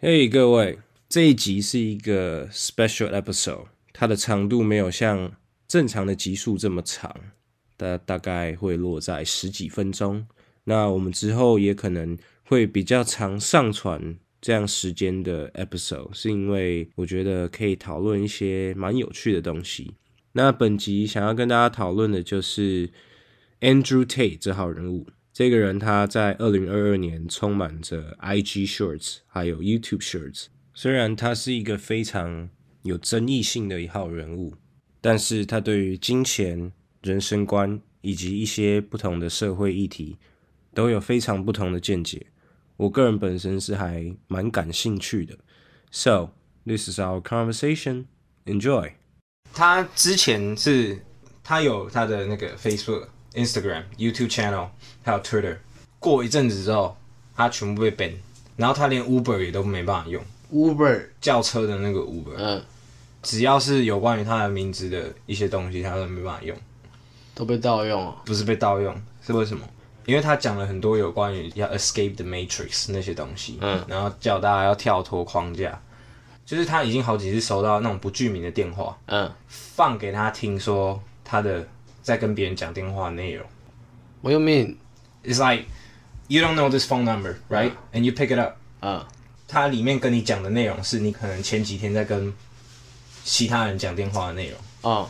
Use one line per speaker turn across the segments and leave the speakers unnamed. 嘿、各位，这一集是一个 special episode，它的长度没有像正常的集数这么长，大大概会落在十几分钟。那我们之后也可能会比较常上传这样时间的 episode，是因为我觉得可以讨论一些蛮有趣的东西。那本集想要跟大家讨论的就是 Andrew Tate 这号人物。这个人他在二零二二年充满着 IG Shorts 还有 YouTube Shorts。虽然他是一个非常有争议性的一号人物，但是他对于金钱、人生观以及一些不同的社会议题都有非常不同的见解。我个人本身是还蛮感兴趣的。So this is our conversation. Enjoy.
他之前是他有他的那个 Facebook、Instagram、YouTube channel，还有 Twitter。过一阵子之后，他全部被 ban，然后他连 Uber 也都没办法用，
Uber，
叫车的那个 Uber，、
嗯，
只要是有关于他的名字的一些东西，他都没办法用。
都被盗用哦。
不是被盗用，是为什么？因为他讲了很多有关于要 escape the matrix 那些东西，嗯，然后叫大家要跳脱框架。就是他已经好几次收到那种不具名的电话，
嗯，
放给他听说他的在跟别人讲电话的内容。
我又 mean，
It's like you don't know this phone number, right? And you pick it up.
啊，
它里面跟你讲的内容是你可能前几天在跟其他人讲电话的内容，
哦，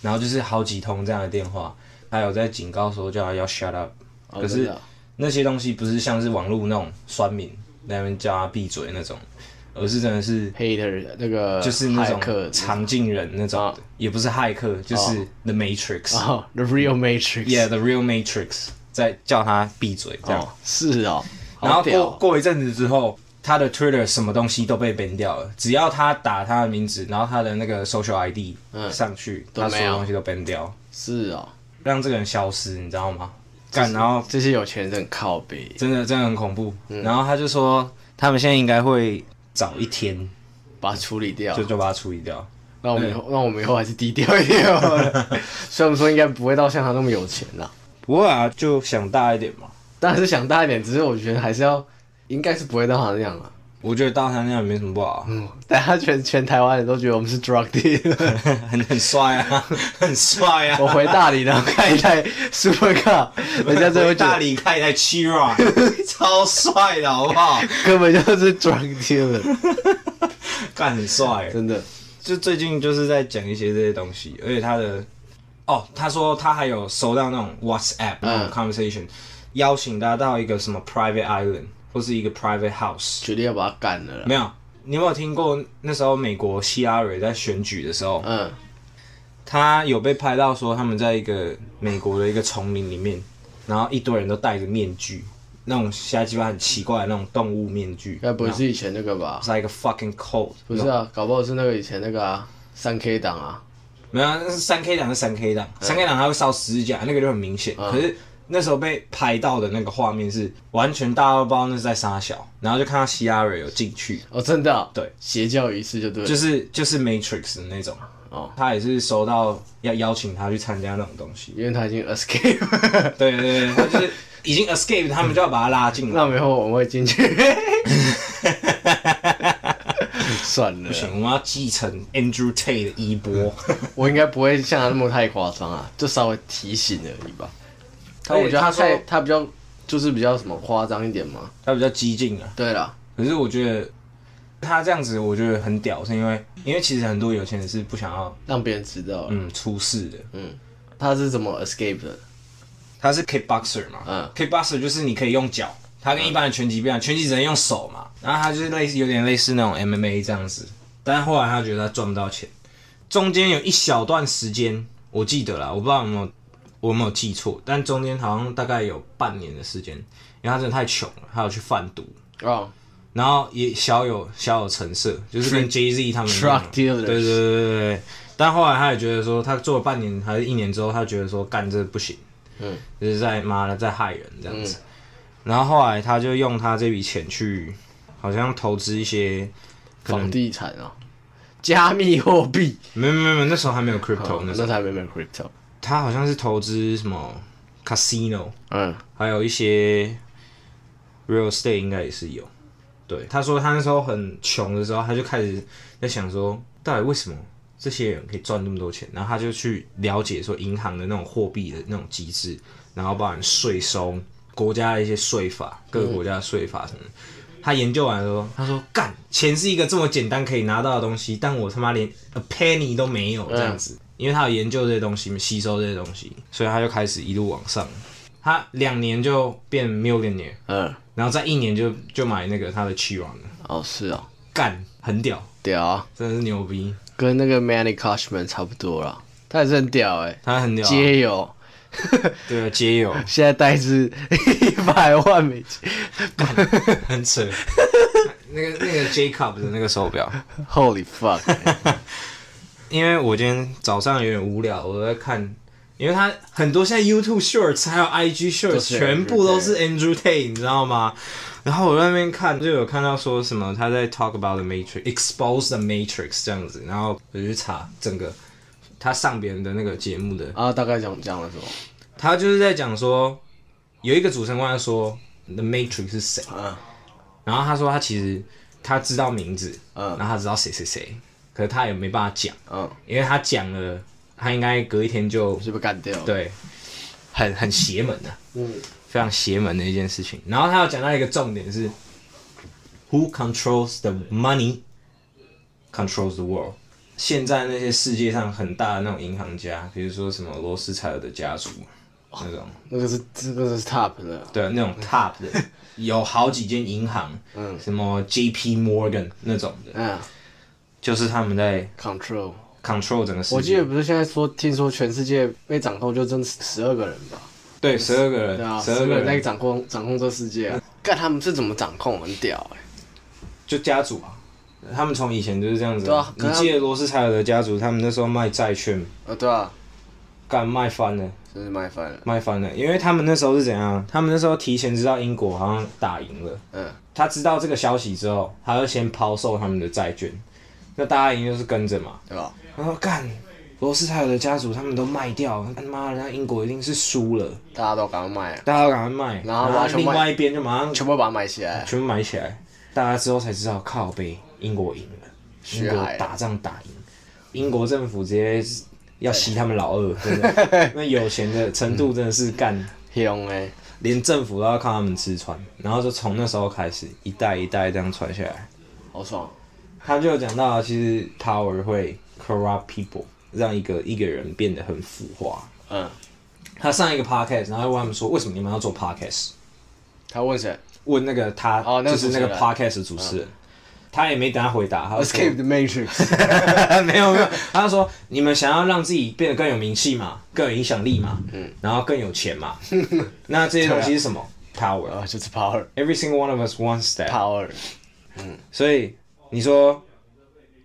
然后就是好几通这样的电话，还有在警告说叫他要 shut up。可
哦真
是
的啊
那些东西不是像是网络那种酸民在那边叫他闭嘴那种，而是真的是
hater 那个
就是那
骇客
种常进人那种的
啊，
也不是骇客，就是 The Matrix，Yeah，The、
哦，The Real Matrix。
Real Matrix 在叫他闭嘴这样。
哦，是哦。好
然后
屌
过
哦
过一阵子之后，他的 Twitter 什么东西都被 ban 掉了，只要他打他的名字，然后他的那个 social ID 上去，
都
他所
没有
有东西都 ban 掉，
是哦，
让这个人消失，你知道吗？干，然后
这些有钱人很靠北。
真的真的很恐怖。然后他就说，他们现在应该会找一天
把它处理掉
就。就把它处理掉。
那我们以后，那我们以后还是低调一点好了。 虽然说应该不会到像他那么有钱啦，
不过啊，就想大一点嘛。
当然是想大一点，只是我觉得还是要，应该是不会到他那样了。
我觉得大三那样也没什么不好啊，
嗯，大家全全台湾人都觉得我们是 drug dealer。
很很帅 啊，很帅啊。
我回 大理，然后看一台 Super Car，人家最后
回
觉
大
得
理开一台 Chiron，超帅的好不好？
根本就是 drug dealer，
干很帅欸。
真的。
就最近就是在讲一些这些东西，而且他的哦，他说他还有收到那种 WhatsApp 那
嗯
种 conversation，、邀请他到一个什么 private island 或是一个 private house，
决定要把他干了啦。
没有。你有没有听过那时候美国希拉蕊在选举的时候，
嗯，
他有被拍到说他们在一个美国的一个丛林里面，然后一堆人都戴着面具，那种瞎鸡巴很奇怪的那种动物面具，
该不会是以前那个吧？
在一个 fucking cold，
不是啊，搞不好是那个以前那个啊，三 K 档啊。
没有，那是三 K 档是三 K 档，
嗯
三 K 档它会烧十字架，那个就很明显。可是那时候被拍到的那个画面是完全大家都不知道那是在杀小，然后就看到希拉瑞有进去，
哦，真的啊、
对
邪教仪式就对了。
就是就是 Matrix 的那种。
哦
他也是收到要邀请他去参加那种东西。
因为他已经 escape，
对对对，他就是已经 escape，他们就要把他拉进来。
那以后我们会进去。 算了
不，行，我们要继承 Andrew Tate 的衣钵。
我应该不会像他那么太夸张啊，就稍微提醒而已吧。但我觉得他
他
太
说
他比较就是比较什么夸张一点嘛。
他比较激进啊，
对啦，
可是我觉得他这样子，我觉得很屌，是因为因为其实很多有钱人是不想要
让别人知道了
嗯出事的。
他是怎么 escape 的。
他是 kickboxer 嘛，
嗯
kickboxer 就是你可以用脚，他跟一般的拳击不一样，拳击只能用手嘛，然后他就是类似有点类似那种 MMA 这样子，但是后来他觉得他赚不到钱，中间有一小段时间我记得啦，我不知道有没有我有没有记错，但中间好像大概有半年的时间，因为他真的太穷了，他有去贩毒，
哦，
然后也小有小有成色，就是跟 Jay Z 他们一样
truck dealers
嗯对对对对对。但后来他也觉得说，他做了半年还是一年之后，他觉得说干这不行，
嗯，
就是在妈的在害人这样子。然后后来他就用他这笔钱去，好像投资一些可能
房地产啊、加密货币，哦
没有没有没有，那时候还没有 crypto 那时候，
那才没买 crypto。
他好像是投资什么 casino，
嗯，
还有一些 real estate 应该也是有，对，他说他那时候很穷的时候，他就开始在想说，到底为什么这些人可以赚那么多钱？然后他就去了解说银行的那种货币的那种机制，然后包含税收、国家的一些税法、各个国家的税法什么的。他研究完说，他说干，钱是一个这么简单可以拿到的东西，但我他妈连 a penny 都没有这样子，因为他有研究这些东西，吸收这些东西，所以他就开始一路往上。他两年就变 millionaire，
嗯，
然后在一年就就买那个他的 Chiron 了，
哦是哦，
干很屌，
屌啊，
真的是牛逼，
跟那个 Manny Cashman 差不多啦，他也是很屌哎、
他很屌、啊，
街友
对啊，街友
现在带是 一百万美金，
很扯， 那个那个 Jacob 的那个手表，
Holy fuck！欸
因为我今天早上有点无聊，我在看，因为他很多现在 YouTube Shorts 还有 IG
都
Shorts
是
全部
Andrew
都是 Andrew Tate，你知道吗？然后我在那边看，就有看到说什么他在 talk about the Matrix，expose the Matrix 这样子，然后我就去查整个他上别人的那个节目的
啊，大概讲讲了什么？
他就是在讲说，有一个主持人问他说，The Matrix 是谁？
嗯
然后他说他其实他知道名字，
嗯
然后他知道谁谁谁，可是他也没办法讲，
嗯，
因为他讲了，他应该隔一天就
我是被干掉了。，
对，很很邪门的、啊
嗯，
非常邪门的一件事情。然后他有讲到一个重点是，Who controls the money controls the world。现在那些世界上很大的那种银行家，比如说什么罗斯柴尔德家族那种，
那个是这个是 top 的，
对，那种 top 的，有好几间银行，
嗯
什么 JP Morgan 那种的，
嗯
就是他们在
，control。
control 整个世界。
我记得不是现在说，听说全世界被掌控就剩十二个人吧？
对，十二个
对
人，
啊，
十
十
二
二
个
个人在
人
掌控掌控这世界啊。看他们是怎么掌控，很屌哎、
就家族啊，他们从以前就是这样子。
对啊可
你
是他们
记得罗斯柴尔德家族，他们那时候卖债券，
呃、对啊，
干卖翻了，
真是卖翻了。
卖翻了，因为他们那时候是怎样？啊他们那时候提前知道英国好像打赢了，
嗯，
他知道这个消息之后，他就先抛售他们的债券，那大家一定就是跟着嘛。
对吧？
然后干，罗斯柴尔德家族他们都卖掉，他妈的，那英国一定是输了，
大家都赶快卖啊，
大家都赶快卖，
然后把它全
另
部卖
外一边就马上
全部把它买起 来，
全部买起来，大家之后才知道靠背英国赢了，英
血
国
海啊
打仗打赢，英国政府直接要吸他们老二，真 的，那有钱的程度真的是干。
凶哎、
连政府都要靠他们吃穿，然后就从那时候开始一代一代这样传下来。
好爽。
他就有讲到，其实 power 会 corrupt people，让一个一个人变得很腐化。
嗯，
他上一个 podcast，然后问他们说，为什么你们要做 podcast？
他问谁
问那个他，
哦那个
就是那个
主持人嗯
podcast 的主持人，他也没等他回答，他就说
？Escape the Matrix。
没有没有，他就说你们想要让自己变得更有名气嘛，更有影响力嘛，
嗯
然后更有钱 嘛，那这些东西是什么？power。
啊，就是 power
Every single one of us wants that。
power。
所以你说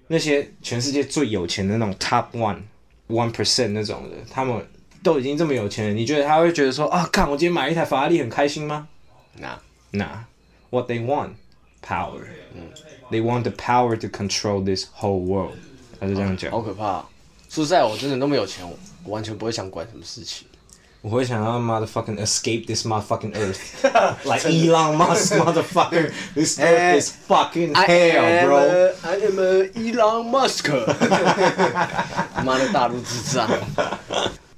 那些全世界最有钱的那种 top one one percent 那种的，他们都已经这么有钱了，你觉得他会觉得说啊，看我今天买一台法拉利很开心吗？
那
Nah, what they want power. They want the power to control this whole world. 他就这样讲。
好可怕、啊！说实在，我真的那么有钱，我我完全不会想管什么事情。
我会想要 motherfucking escape this motherfucking earth. like Elon Musk motherfucker. This earth is fucking hell, bro.
I am a Elon Musk 。妈的，大陆智 障！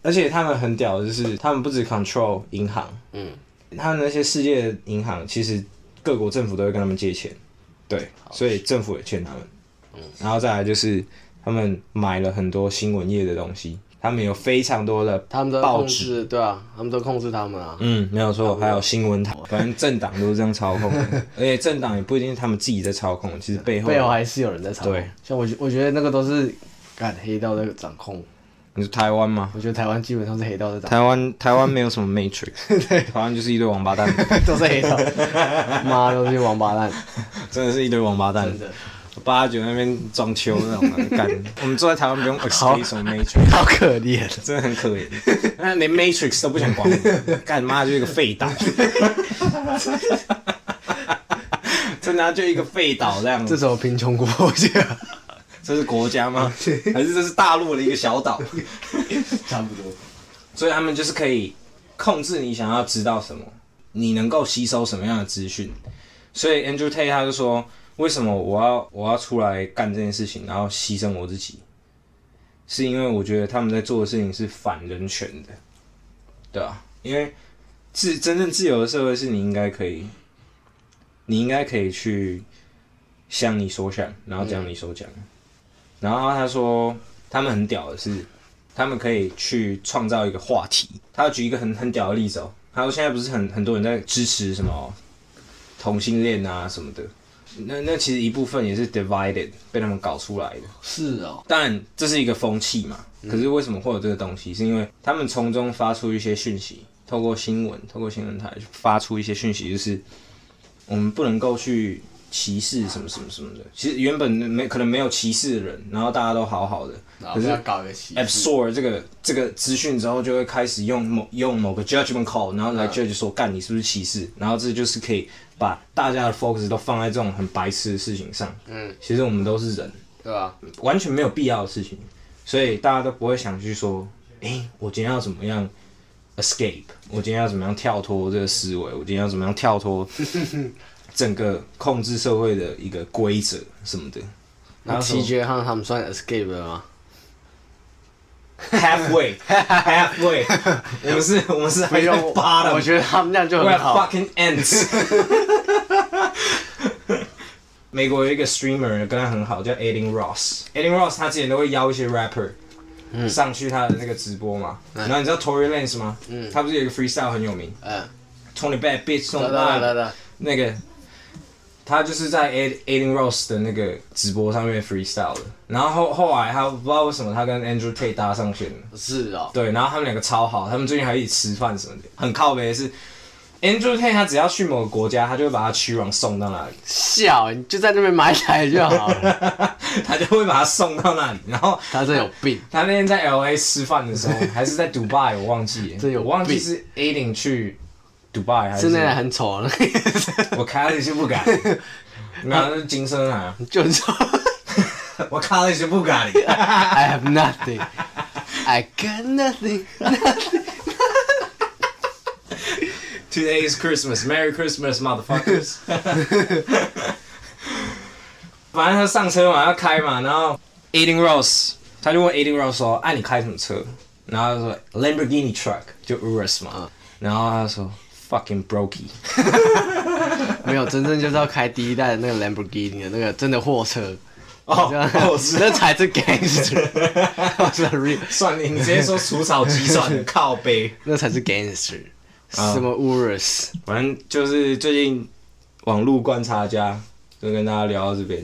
而且他们很屌，的就是他们不止 control 银行，嗯，他们那些世界的银行其实各国政府都会跟他们借钱，对，所以政府也欠他们。
嗯
然后再来就是他们买了很多新闻业的东西，他们有非常多的
他们都
报
控
纸，
制，对啊，他们都控制他们啊。
嗯，没有错，还有新闻台，反正政党都是这样操控 的，而且政党也不一定是他们自己在操控，其实背后
背后还是有人在操控
对。
像我觉，我觉得那个都是干黑道在掌控。
你说台湾吗？
我觉得台湾基本上是黑道在掌
台湾台湾没有什么 matrix，台 湾就是一堆王八蛋，
控， 都是黑道。妈，都是些王八蛋，
真的是一堆王八蛋，
真的
八九那边装秋那种的，干， 我们坐在台湾不用 escape 什么 Matrix，
好可怜。
真的很可怜。那连 Matrix 都不想管 我，干妈就一个废 岛，真的啊就一个废岛这样
这
子。
首贫穷国家，
这是国家 吗？还是这是大陆的一个小岛？
差不多。
所以他们就是可以控制你想要知道什么，你能够吸收什么样的资讯。所以 Andrew Tate 他就说，为什么我要我要出来干这件事情，然后牺牲我自己？是因为我觉得他们在做的事情是反人权的，对啊，因为自真正自由的社会是你应该可以，你应该可以去想你所想，然后讲你所讲。然后他说，他们很屌的是，他们可以去创造一个话题。他举一个很很屌的例子哦，他说现在不是很很多人在支持什么同性恋啊什么的，那那其实一部分也是 divided 被他们搞出来的。
是哦，
当然这是一个风气嘛，可是为什么会有这个东西？是因为他们从中发出一些讯息，透过新闻，透过新闻台发出一些讯息，就是我们不能够去歧视什么什么什么的。其实原本没可能没有歧视的人，然后大家都好好的，
然
可
后
是
要搞个歧
a b
视
s o r 这个这个资讯之后，就会开始用某用某个 judgment call，然后来 judge 说干你是不是歧视，然后这就是可以把大家的 focus 都放在这种很白痴的事情上。
嗯，
其实我们都是人，
对吧？
完全没有必要的事情，所以大家都不会想去说，诶，我今天要怎么样 escape，我今天要怎么样跳脱这个思维，我今天要怎么样跳脱整个控制社会的一个规则什么的。然
那
后
TJ 和他们算 escape 了吗？
halfway halfway，我们是，我们是还在
用，我
bottom，we're
觉得他们那样就很好。
fucking ants 。美国有一个 streamer 跟他很好，叫 Aiden Ross，Aiden Ross 他之前都会邀一些 rapper 上去他的那个直播嘛。然后你知道 Tory Lanez 吗？他不是有一个 freestyle 很有名
嗯，
，Tony Bad Bitch
对对
Tony
对
Bad
对，
那个，他就是在 A Aiden Ross 的那个直播上面 freestyle 的。然后后后来他不知道为什么他跟 Andrew Tate 搭上线了。
是哦，
对，然后他们两个超好，他们最近还一起吃饭什么的，很靠北的是。Andrew Tate 他只要去某个国家，他就会把他驱王送到那里，
笑，你就在那边买台就好 了。
他就会把他送到那里。然后
他这有病，
他那天在 L A 吃饭的时候，还是在迪拜，我忘 记了，
这有
我忘记
病
是 Aiden 去迪拜还是
真的很丑，那个
我 college 就不敢，那是金生啊，
就丑。
我 college 就不敢。
I have nothing. I got nothing.
Today is Christmas. Merry Christmas, motherfuckers. 反正他上车嘛，要开嘛，然后 Aiden Rose，他就问 Aiden Rose 说：“哎、你开什么车？”然后他说 Lamborghini truck，就 Urus 嘛。然后他说 fucking brokey，
没有，真正就是要开第一代的那个 Lamborghini 的那个真的货车，
哦
这样
哦是，
那才是 gangster，那 是 real，
算你，你直接说除草机算 了，靠背。
那才是 gangster。
啊
什么 Urus？
反正就是最近网络观察家就跟大家聊到这边。